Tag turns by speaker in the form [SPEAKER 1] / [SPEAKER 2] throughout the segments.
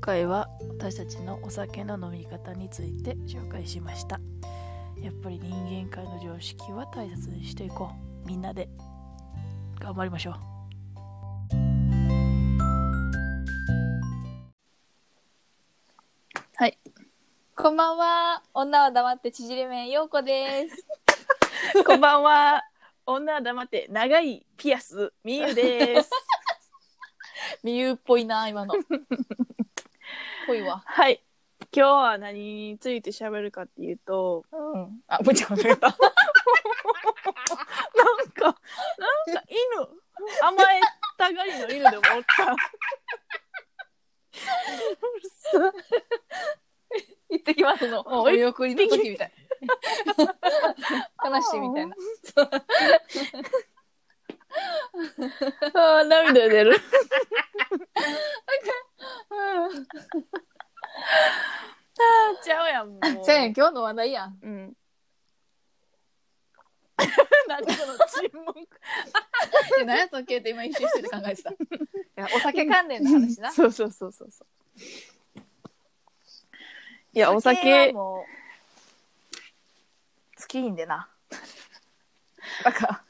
[SPEAKER 1] 回は私たちのお酒の飲み方について紹介しましたやっぱり人間界の常識は大切にしていこうみんなで頑張りましょうはい
[SPEAKER 2] こんばんは。女は黙って縮れ麺、ようこです。
[SPEAKER 1] こんばんは女は黙って長いピアスみゆ です
[SPEAKER 2] みゆっぽいな、今の。 ぽいわ。
[SPEAKER 3] はい。今日は何について喋るかっていうと、
[SPEAKER 2] うん。あ、ぶちゃん忘 れた。
[SPEAKER 3] なんか、なんか犬、甘えたがりの犬でもおった。
[SPEAKER 2] 行ってきますの。お見送りの時み たい。話してみたいな。
[SPEAKER 3] ああ、涙出る。ちゃうやん、もう。
[SPEAKER 2] じゃあ今日の話題やん。
[SPEAKER 3] うん。何この沈黙。
[SPEAKER 2] え、何やったっけって今一周してて考えてた。いや、お 酒関連の話 な。
[SPEAKER 3] そうそうそうそうそう。いや、お酒
[SPEAKER 2] は、もう、月いいんでな。 なんか、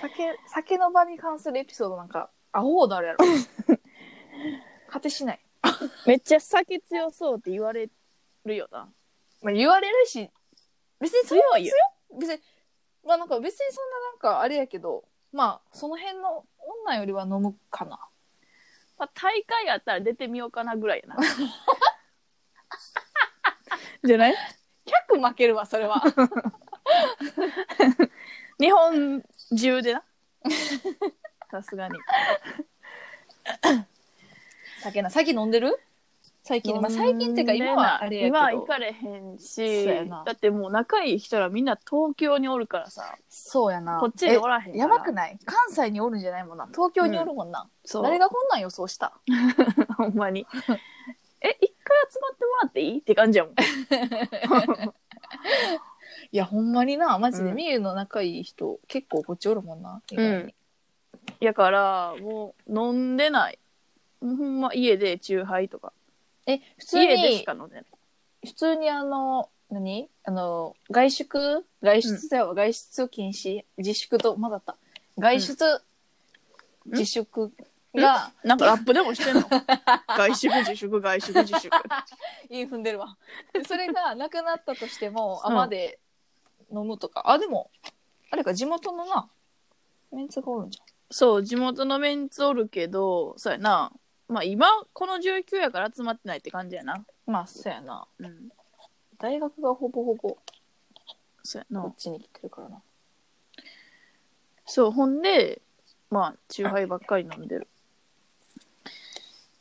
[SPEAKER 2] 酒、酒の場に関するエピソードなんか、アホほどあ るやろ。果てしない。
[SPEAKER 3] めっちゃ酒強そうって言われるよな。
[SPEAKER 2] まあ、言われるし、別にそれは
[SPEAKER 3] 強いよ
[SPEAKER 2] 別に、まあなんか別にそんななんかあれやけど、まあ、その辺の女よりは飲むかな。
[SPEAKER 3] まあ、大会やったら出てみようかなぐらいやな。じゃない
[SPEAKER 2] 100負けるわ、それは。
[SPEAKER 3] 日本中でな。 さすがに。
[SPEAKER 2] 酒な、酒飲んでる最近、まあ最近っていうか今はあれやけど。
[SPEAKER 3] 今は行かれへんし
[SPEAKER 2] そうやな、
[SPEAKER 3] だってもう仲いい人らみんな東京におるからさ、
[SPEAKER 2] そうやな。
[SPEAKER 3] こっちにおらへんから。
[SPEAKER 2] やばくない関西におるんじゃないもんな。東京におるもんな。
[SPEAKER 3] そう。
[SPEAKER 2] 誰がこんなん予想した
[SPEAKER 3] ほんまに。え、一回集まってもらっていいって感じ やもん。
[SPEAKER 2] いや、ほんまにな。マジで、
[SPEAKER 3] うん
[SPEAKER 2] みゆの仲いい人、結構こっちおるもんな。意外に
[SPEAKER 3] やから、もう飲んでない。もうほんま家でチューハイとか。
[SPEAKER 2] え、普通
[SPEAKER 3] 家でし
[SPEAKER 2] に
[SPEAKER 3] か、飲んでない。
[SPEAKER 2] 普通にあの、何あの、外宿外出だよ、外出禁止自粛と、まだった。外出、
[SPEAKER 3] ん
[SPEAKER 2] 自粛が、
[SPEAKER 3] なんかラップでもしてんの 外食自粛外食自粛。
[SPEAKER 2] いい踏んでる わ。それがなくなったとしても、
[SPEAKER 3] うん
[SPEAKER 2] 泡で飲むとか。あ、でも、あれか、地元のな、メンツがおるんじゃん。
[SPEAKER 3] そう、地元のメンツおるけど、そうやな。まあ今、この19やから集まってないって感じやな。
[SPEAKER 2] まあ、そうやな。
[SPEAKER 3] うん。
[SPEAKER 2] 大学がほぼほぼ
[SPEAKER 3] そうや
[SPEAKER 2] こ
[SPEAKER 3] な
[SPEAKER 2] っ。ちに来てるからな。
[SPEAKER 3] そう、ほんで、まあ、チューハイばっかり飲んでる。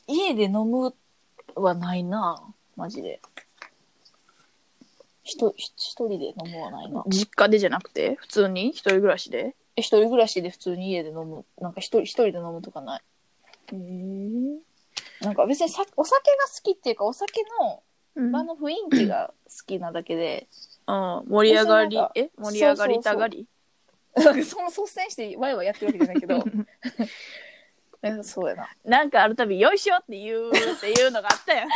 [SPEAKER 2] 家で飲むはないなマジで。ひと、ひ一人で飲むはないな。
[SPEAKER 3] 実家でじゃなくて、普通に一人暮らしで。
[SPEAKER 2] え一人暮らしで普通に家で飲む。なんか一人、一人で飲むとかない。
[SPEAKER 3] へえ。
[SPEAKER 2] なんか別にさお酒が好きっていうか、お酒の
[SPEAKER 3] うん、
[SPEAKER 2] 場
[SPEAKER 3] あ
[SPEAKER 2] の雰囲気が好きなだけで、
[SPEAKER 3] あ盛り上が
[SPEAKER 2] お
[SPEAKER 3] り
[SPEAKER 2] 世話が、
[SPEAKER 3] え盛り上がりたがり
[SPEAKER 2] なんかその率先してワイワイやってるわけじゃないけ ど、なんかそうやな。
[SPEAKER 3] なんかあるたび、よいしょって言うっていうのがあ ったやん。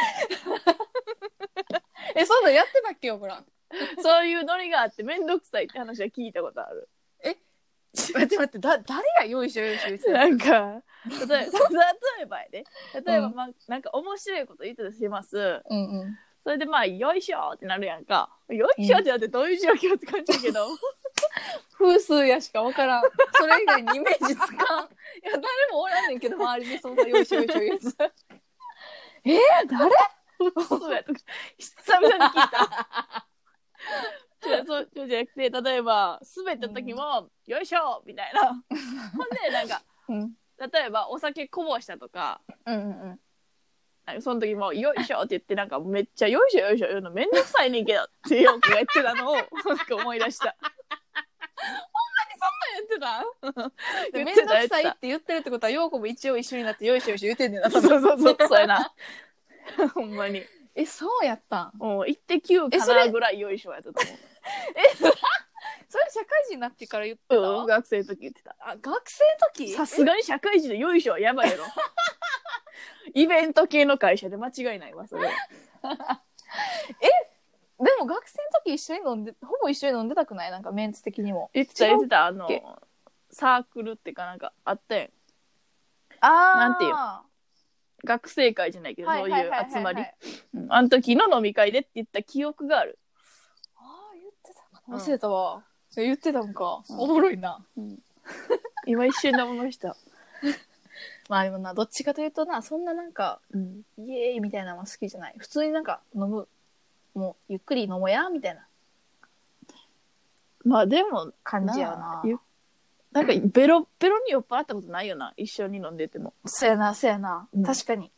[SPEAKER 2] え、そうだ、やってたっけよ、ほら。
[SPEAKER 3] そういうノリがあって、めんどくさいって話は聞いたことある。
[SPEAKER 2] 待って待って、だ、誰が用意しよう用意しようって
[SPEAKER 3] なんか、例 えば、例えばやで。例えば、
[SPEAKER 2] うん
[SPEAKER 3] まあ、なんか面白いこと言ったとします。
[SPEAKER 2] うんうん。
[SPEAKER 3] それで、まあ、よいしょーってなるやんか。よいしょーってなってどういう状況って感じだけど。
[SPEAKER 2] 風数やしか分からん。それ以外にイメージつかん。いや、誰もおらんねんけど、周りにそんなよいしょよいしょ言うやつ。 えー、誰
[SPEAKER 3] そうやとか、久々に聞い た。じゃそう、そうじゃなくて、例えば、滑った時も、よいしょーみたいな。ほんで、なんか、
[SPEAKER 2] うん。
[SPEAKER 3] 例えば、お酒こぼしたとか、
[SPEAKER 2] うんうん
[SPEAKER 3] なんかその時も、よいしょって言って、なんかめっちゃよいしょよいしょ言うのめんどくさいねんけどってよくやってたのを、なんか思い出した。ほんまにそんなん
[SPEAKER 2] で、
[SPEAKER 3] 言
[SPEAKER 2] め
[SPEAKER 3] っ
[SPEAKER 2] ん
[SPEAKER 3] て
[SPEAKER 2] ど
[SPEAKER 3] た
[SPEAKER 2] くさいって言ってるってことは、ようこも一応一緒になってよいしょよいしょ言ってん ねんな。
[SPEAKER 3] そうそうそうそう、そうやな。 ほんまに。
[SPEAKER 2] え、そうやったん
[SPEAKER 3] もう、一滴九
[SPEAKER 2] え
[SPEAKER 3] か
[SPEAKER 2] それ
[SPEAKER 3] なぐらいよいしょやったと
[SPEAKER 2] それ社会人になってから言ってた、
[SPEAKER 3] 思う。うん、学生の時言ってた。
[SPEAKER 2] あ、学生の時
[SPEAKER 3] さすがに社会人でよいしょはやばいやろ。イベント系の会社で間違いないわ、それ。
[SPEAKER 2] でも学生の時一緒に飲んで、ほぼ一緒に飲んでたくないなんかメンツ的にも。
[SPEAKER 3] 言ってた、言ってた、あ
[SPEAKER 2] っ
[SPEAKER 3] の
[SPEAKER 2] け、
[SPEAKER 3] サークルってかなんかあったやん。
[SPEAKER 2] ああ。
[SPEAKER 3] なんていう学生会じゃないけど、
[SPEAKER 2] はい
[SPEAKER 3] そう
[SPEAKER 2] はいいうはいはいはい
[SPEAKER 3] 集まり
[SPEAKER 2] あ。
[SPEAKER 3] うんあの時の飲み会でって言った記憶がある。
[SPEAKER 2] あ、言ってたかな。忘れたわ。え言ってたんか。おもろいな。
[SPEAKER 3] 今一瞬飲みました。
[SPEAKER 2] まあでもな、どっちかというとな、そんななんか、
[SPEAKER 3] うん。
[SPEAKER 2] イエーイみたいなのは好きじゃない。普通になんか飲む。もう、ゆっくり飲もうや、みたいな
[SPEAKER 3] まあでも、
[SPEAKER 2] 感じやな。
[SPEAKER 3] ゆなんかベロベロに酔っ払ったことないよな一緒に飲んでても
[SPEAKER 2] そやな、そやな。
[SPEAKER 3] うん
[SPEAKER 2] 確かに。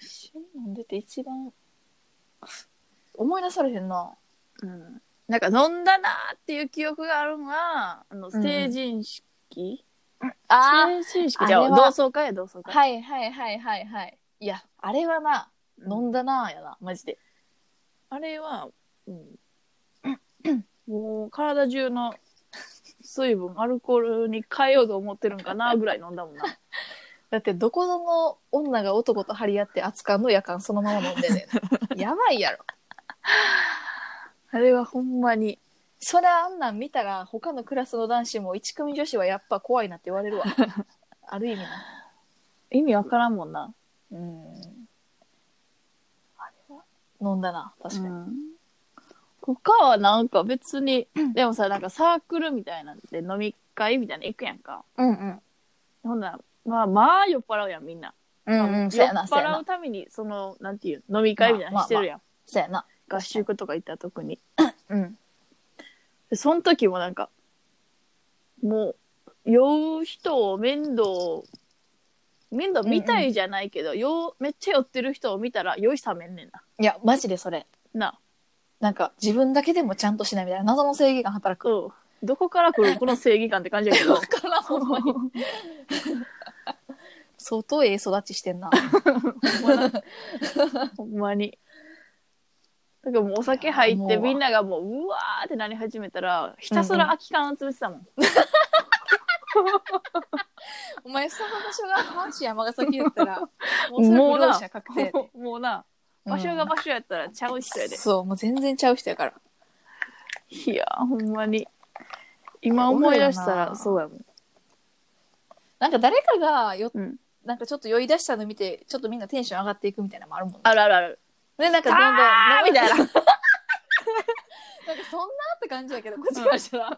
[SPEAKER 2] 一緒に飲んでて一番、思い出されへんな。
[SPEAKER 3] うんなんか飲んだなーっていう記憶があるのがあの
[SPEAKER 2] うん
[SPEAKER 3] 成人式、
[SPEAKER 2] あ
[SPEAKER 3] 成人式じゃ
[SPEAKER 2] あ
[SPEAKER 3] あ
[SPEAKER 2] れは
[SPEAKER 3] 同窓会や同窓会、
[SPEAKER 2] はいはいはいはいはい。いや、あれはな、
[SPEAKER 3] 飲
[SPEAKER 2] 飲んだなやな、マジで。
[SPEAKER 3] あれは、うん、もう体中の水分アルコールに変えようと思ってるんかなぐらい飲んだもんな
[SPEAKER 2] だって、どこぞの女が男と張り合って扱うの夜間そのまま飲んでね。 やばいやろ。
[SPEAKER 3] あれはほんまに
[SPEAKER 2] そりゃあんなん見たら、他のクラスの男子も1組女子はやっぱ怖いなって言われ るわ。ある意味な。
[SPEAKER 3] 意味わからんもんな
[SPEAKER 2] うん。あれは飲んだな、確かに。
[SPEAKER 3] うん他はなんか別にでもさなんかサークルみたいなんで飲み会みたいなの行くやんか、
[SPEAKER 2] うんうん。
[SPEAKER 3] ほんなら、まあまあ酔っ払うやん、みんな。
[SPEAKER 2] う
[SPEAKER 3] まあ
[SPEAKER 2] んうん、そ
[SPEAKER 3] 酔っ
[SPEAKER 2] やな、そ
[SPEAKER 3] 払
[SPEAKER 2] や
[SPEAKER 3] う
[SPEAKER 2] な。
[SPEAKER 3] ために、その、なんていう、飲み会みたいなのしてるやん。
[SPEAKER 2] そやな。
[SPEAKER 3] 合宿とか行ったら特に。
[SPEAKER 2] うん。
[SPEAKER 3] で、その時もなんか、もう、酔う人を面倒、面倒見たいじゃないけど、酔うめっちゃ酔ってる人を見たら酔い冷めんねんな。
[SPEAKER 2] いや、マジでそれ。
[SPEAKER 3] な
[SPEAKER 2] なんか、自分だけでもちゃんとしないみたいな謎の正義感働
[SPEAKER 3] あ、
[SPEAKER 2] く。
[SPEAKER 3] うん。どこから来るこの正義感って感じや けど。
[SPEAKER 2] からん、ほんまに。相当ええ育ちしてんな。
[SPEAKER 3] ほんまに。だからもうお酒入
[SPEAKER 2] い
[SPEAKER 3] っ
[SPEAKER 2] や
[SPEAKER 3] て
[SPEAKER 2] もう
[SPEAKER 3] みんながもううわーってなり始めたらひたすら空き缶集めてたもん。
[SPEAKER 2] お前、その場所が阪神山ヶ崎 やったら、も
[SPEAKER 3] うそれ
[SPEAKER 2] もう
[SPEAKER 3] 不良
[SPEAKER 2] な
[SPEAKER 3] 者
[SPEAKER 2] 確
[SPEAKER 3] もうもうな場所が場所やったらちゃう人やで。
[SPEAKER 2] そう、もう全然ちゃう人やから。
[SPEAKER 3] いやーほんまに。今思い出した
[SPEAKER 2] おるよ
[SPEAKER 3] ら
[SPEAKER 2] な
[SPEAKER 3] そうやもん。
[SPEAKER 2] なんか誰かがよ、
[SPEAKER 3] うん
[SPEAKER 2] なんかちょっと酔い出したの見て、ちょっとみんなテンション上がっていくみたいなのもあるもんね。
[SPEAKER 3] あるあるある。
[SPEAKER 2] で、なんかどんどん、
[SPEAKER 3] あーみたいな。
[SPEAKER 2] なんかそんなって感じやけど、こっちからしたら。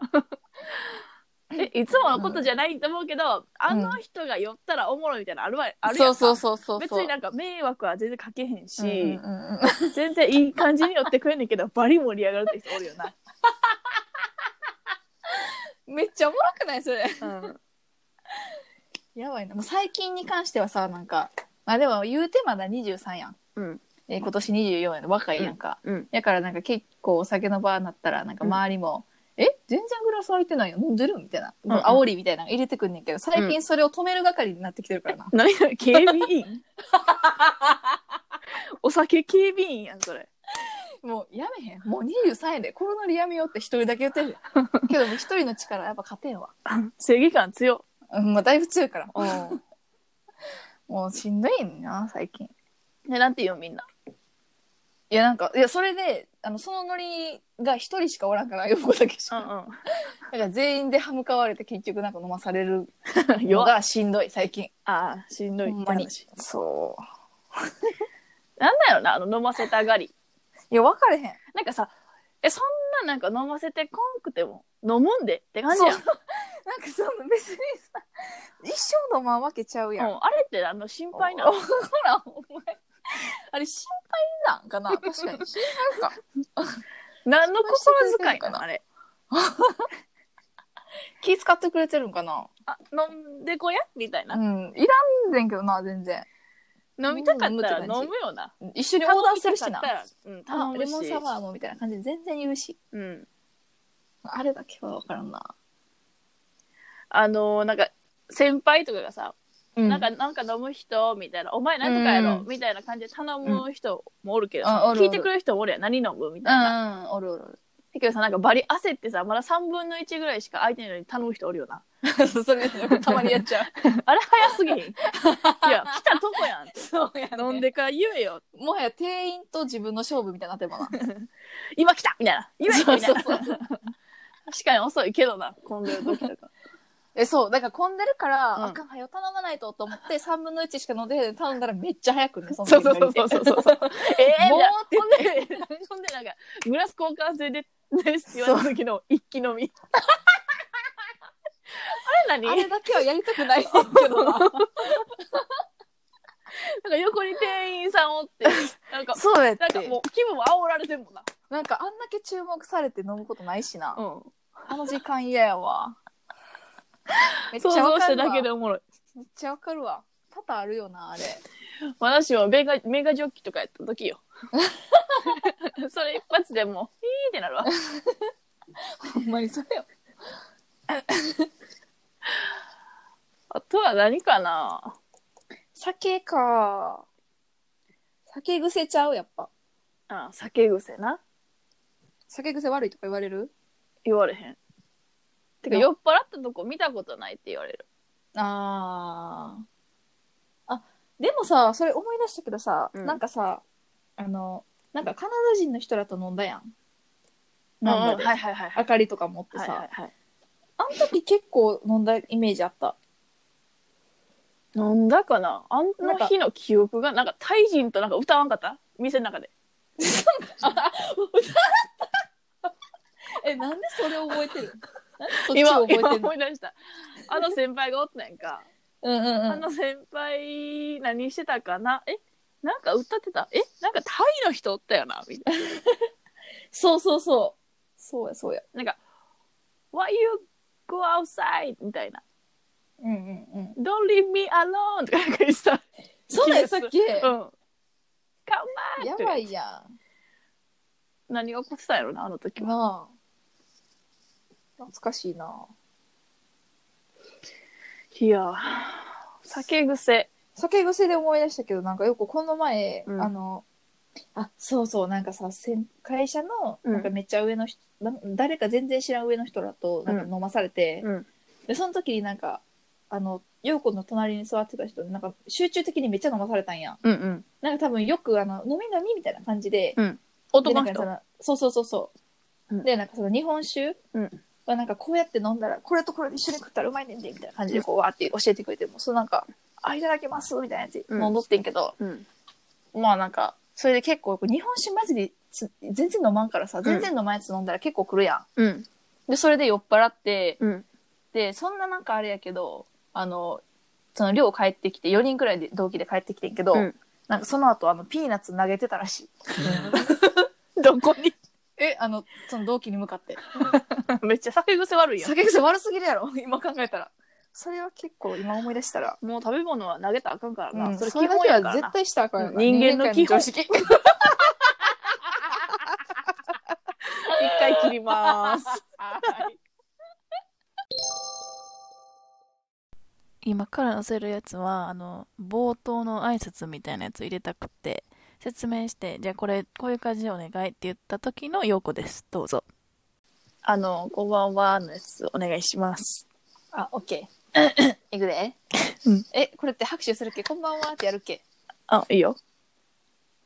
[SPEAKER 3] えいつものことじゃないと思うけど、あの人が酔ったらおもろいみたいなのあるわあるやん
[SPEAKER 2] そ
[SPEAKER 3] か
[SPEAKER 2] うそうそうそう。
[SPEAKER 3] 別になんか迷惑は全然かけへんし、
[SPEAKER 2] うんうんうん
[SPEAKER 3] 全然いい感じに寄ってくれんねんけどバリ盛り上がるって人おるよな。
[SPEAKER 2] うんめっちゃおもろくないそれ。
[SPEAKER 3] うん
[SPEAKER 2] やばいな。もう最近に関してはさ、なんか、まあでも言うてまだ23やん。
[SPEAKER 3] うん
[SPEAKER 2] で今年24やん若いやんか。
[SPEAKER 3] うん
[SPEAKER 2] だからなんか結構お酒の場になったら、なんか周りも、え全然グラス空いてないよ。飲んでるみたいな。
[SPEAKER 3] んうん
[SPEAKER 2] 煽りみたいなの入れてくんねんけど、最近それを止める係になってきてるからな。
[SPEAKER 3] 何や警備員 お酒警備員やんそれ
[SPEAKER 2] もうやめへん。もう23やで。コロナでやめようって一人だけ言っ てるやんけどもう一人の力やっぱ勝てんわ。
[SPEAKER 3] 正義感強
[SPEAKER 2] うん、まあだいぶ強いから。もうしんどいんな、最近。
[SPEAKER 3] でなんて言うみんない
[SPEAKER 2] や、なんか、いや、それで、あの、そのノリが一人しかおらんから、横だけしか。だから全員で歯向かわれて結局なんか飲まされ
[SPEAKER 3] う
[SPEAKER 2] る
[SPEAKER 3] ん
[SPEAKER 2] の
[SPEAKER 3] 弱っ
[SPEAKER 2] がしんどい、最近。
[SPEAKER 3] ああしんどい
[SPEAKER 2] ほんまに
[SPEAKER 3] って話。
[SPEAKER 2] そう。
[SPEAKER 3] なんだろうなあの飲ませたがり
[SPEAKER 2] いや、分かれへん。
[SPEAKER 3] なんかさえそんななんか飲ませてこんくても飲むんでって感じやん
[SPEAKER 2] そう なんかその別にさ、一生飲まんわけちゃうやん。
[SPEAKER 3] うんあれってあの心配な
[SPEAKER 2] お
[SPEAKER 3] の
[SPEAKER 2] ほら、お前。あれ心配なんかな確かに。心配か。
[SPEAKER 3] 何の心遣い
[SPEAKER 2] 心配してく
[SPEAKER 3] な
[SPEAKER 2] れてんの
[SPEAKER 3] のあれ
[SPEAKER 2] 気使ってくれてるんかな
[SPEAKER 3] あ飲んでこやみたいな
[SPEAKER 2] うん。いらんねんけどな、全然。
[SPEAKER 3] 飲みたかったら
[SPEAKER 2] 飲むって感じ
[SPEAKER 3] 飲むよな
[SPEAKER 2] 一緒にオーダーするし
[SPEAKER 3] 頼み
[SPEAKER 2] な
[SPEAKER 3] た。かったらうん
[SPEAKER 2] あ
[SPEAKER 3] 頼、む
[SPEAKER 2] レモン
[SPEAKER 3] し
[SPEAKER 2] サワーもみたいな感じで全然言うし。
[SPEAKER 3] うん
[SPEAKER 2] あれだけは分からんな。
[SPEAKER 3] あのーなんか先輩とかがさ、
[SPEAKER 2] うん
[SPEAKER 3] なんかなんか飲む人みたいな「お前なんとかやろ」
[SPEAKER 2] うん
[SPEAKER 3] みたいな感じで頼む人もおるけど
[SPEAKER 2] あおるおる
[SPEAKER 3] 聞いてくれる人もおるやん何飲むみたいな、
[SPEAKER 2] うん、おるおるおる。
[SPEAKER 3] だけどさ、なんかバリ焦ってさ、まだ3分の1ぐらいしか空いてないのに頼む人おるよな。
[SPEAKER 2] それたまにやっちゃう。
[SPEAKER 3] あれ早すぎ ん。いや、来たとこやん。
[SPEAKER 2] そうや
[SPEAKER 3] 飲んでから言えよ。
[SPEAKER 2] もはや店員と自分の勝負みたいになってるもんな。
[SPEAKER 3] 今来たみたいな。今来たみたいな。
[SPEAKER 2] そうそう
[SPEAKER 3] 確かに遅いけどな、混んでる時とか。
[SPEAKER 2] え、そう。だから混んでるから、
[SPEAKER 3] うん
[SPEAKER 2] あかん、はよ、頼まないとと思って、3分の1しか飲んでへん頼んだらめっちゃ早くね、その
[SPEAKER 3] そう
[SPEAKER 2] 時
[SPEAKER 3] そうそうそうそうそう。 えー、
[SPEAKER 2] も
[SPEAKER 3] も
[SPEAKER 2] う
[SPEAKER 3] う
[SPEAKER 2] って
[SPEAKER 3] ほんで、ほんでなんか、グラス交換制で、 ですって言われた時の一気飲み。 あれ何
[SPEAKER 2] あ
[SPEAKER 3] な
[SPEAKER 2] れ
[SPEAKER 3] ん
[SPEAKER 2] だけはやりたくないけど な。
[SPEAKER 3] か横に店員さんおって、なん か、
[SPEAKER 2] そうやっ
[SPEAKER 3] なんかもう気分も煽られてるもんな。
[SPEAKER 2] なんかあんだけ注目されて飲むことないしな。
[SPEAKER 3] うん。
[SPEAKER 2] あの時間嫌やわ。めっ
[SPEAKER 3] 想
[SPEAKER 2] ちゃわ
[SPEAKER 3] 像し
[SPEAKER 2] か
[SPEAKER 3] た
[SPEAKER 2] る
[SPEAKER 3] だ
[SPEAKER 2] わ。
[SPEAKER 3] け
[SPEAKER 2] め
[SPEAKER 3] でおもろい。
[SPEAKER 2] っちゃわかるわ。多々あるよな、あれ。
[SPEAKER 3] 私はメガメガジョッキとかやった時 よ。それ一発でもう、ヒーってなるわ。
[SPEAKER 2] ほんまにそれよ。
[SPEAKER 3] あとは何かな
[SPEAKER 2] 酒か。酒癖ちゃう、やっぱ。
[SPEAKER 3] あ酒癖な。
[SPEAKER 2] 酒癖悪いとか言われる
[SPEAKER 3] 言われへん。てか、
[SPEAKER 2] な
[SPEAKER 3] 酔っ払ったとこ見たことないって言われる。
[SPEAKER 2] ああ。あ、でもさ、それ思い出したけどさ、
[SPEAKER 3] うん
[SPEAKER 2] なんかさ、あの、なんかカナダ人の人らと飲んだやん。ナンバで。
[SPEAKER 3] はいはいはいはい。
[SPEAKER 2] 明かりとか持ってさ、
[SPEAKER 3] はいはいはい。
[SPEAKER 2] あの時結構飲んだイメージあった。
[SPEAKER 3] なんだかなあん
[SPEAKER 2] なんか
[SPEAKER 3] の日の記憶が、なんか、タイ人となんか歌わんかった店の中で。
[SPEAKER 2] え、なんでそれ覚えてるそっちを
[SPEAKER 3] 今、
[SPEAKER 2] 覚え
[SPEAKER 3] 今
[SPEAKER 2] てる
[SPEAKER 3] 思い出した。あの先輩がおったやんか。
[SPEAKER 2] うんうん
[SPEAKER 3] あ
[SPEAKER 2] うん。
[SPEAKER 3] の先輩、何してたかなえなんか歌ってたえなんかタイの人おったよなみたいな。
[SPEAKER 2] そうそうそう。そうやそうや。
[SPEAKER 3] なんか、Why you go outside? みたいな。
[SPEAKER 2] うんうんうん。
[SPEAKER 3] Don't leave me alone! とかなんか言ってた。
[SPEAKER 2] そうなんやったっけ
[SPEAKER 3] うん。頑張
[SPEAKER 2] や
[SPEAKER 3] って
[SPEAKER 2] ばいや
[SPEAKER 3] 何が起こってたんやろな、あの時
[SPEAKER 2] ん。
[SPEAKER 3] は。
[SPEAKER 2] なあ。懐かしいな。
[SPEAKER 3] いやー酒癖。
[SPEAKER 2] 酒癖で思い出したけど、なんかよくこの前、
[SPEAKER 3] うん
[SPEAKER 2] あの、あ、そうそう、なんかさ、先会社の、
[SPEAKER 3] うん
[SPEAKER 2] なんかめっちゃ上の人、な誰か全然知らん上の人らと、なんか飲まされて、
[SPEAKER 3] うん。
[SPEAKER 2] で、その時になんか、あの、陽子の隣に座ってた人に、なんか集中的にめっちゃ飲まされたんや。
[SPEAKER 3] うんうん。
[SPEAKER 2] なんか多分よく、あの、飲み飲みみたいな感じで、で
[SPEAKER 3] 男
[SPEAKER 2] な
[SPEAKER 3] の
[SPEAKER 2] ん
[SPEAKER 3] 人
[SPEAKER 2] かそ。のそうそうそうそう、
[SPEAKER 3] うん
[SPEAKER 2] でなんかその日本酒
[SPEAKER 3] うん
[SPEAKER 2] はなんかこうやって飲んだらこれとこれで一緒に食ったらうまいねんでみたいな感じでこうわーって教えてくれてもうそのなんか「あいただきます」みたいなやつ
[SPEAKER 3] うん
[SPEAKER 2] 飲んどってんけど、
[SPEAKER 3] うん。
[SPEAKER 2] まあなんかそれで結構日本酒マジでつ全然飲まんからさ全然飲まんやつ飲んだら結構来るや
[SPEAKER 3] うん。
[SPEAKER 2] ん。でそれで酔っ払って
[SPEAKER 3] うん。
[SPEAKER 2] でそんななんかあれやけどあのその寮帰ってきて4人くらいで同期で帰ってきてんけど、
[SPEAKER 3] うん
[SPEAKER 2] なんかその後あのピーナッツ投げてたらしい。
[SPEAKER 3] どこに
[SPEAKER 2] えあのその同期に向かって。
[SPEAKER 3] めっちゃ酒癖悪いや
[SPEAKER 2] 酒癖悪すぎるやろ 今考えたらそれは結構今思い出したら、
[SPEAKER 3] ん。もう食べ物は投げたらあかんからな。
[SPEAKER 2] うん
[SPEAKER 3] それ
[SPEAKER 2] そ
[SPEAKER 3] 基
[SPEAKER 2] れだ
[SPEAKER 3] 本
[SPEAKER 2] け
[SPEAKER 3] や
[SPEAKER 2] は
[SPEAKER 3] から
[SPEAKER 2] 絶
[SPEAKER 3] な。
[SPEAKER 2] 対したらあかんよな
[SPEAKER 3] うん人間の基本
[SPEAKER 2] 人間界の常識
[SPEAKER 3] 一回切ります。
[SPEAKER 1] 今から載せるやつはあの冒頭の挨拶みたいなやつ入れたくて説明してじゃあこれこういう感じでお願いって言った時の陽子ですどうぞ
[SPEAKER 3] あの、こんばんはのやつお願いします。
[SPEAKER 2] あオッ ケーいくで、
[SPEAKER 3] うん
[SPEAKER 2] えこれって拍手するっけこんばんはってやるっけ
[SPEAKER 3] あ、いいよ。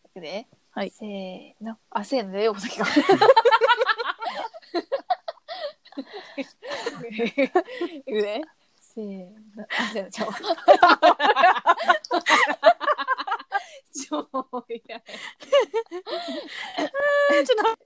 [SPEAKER 2] いくで、
[SPEAKER 3] はい
[SPEAKER 2] せーのあせーのでよこ先がいくでせーのあせーのちょ ちょいや
[SPEAKER 3] ちょっと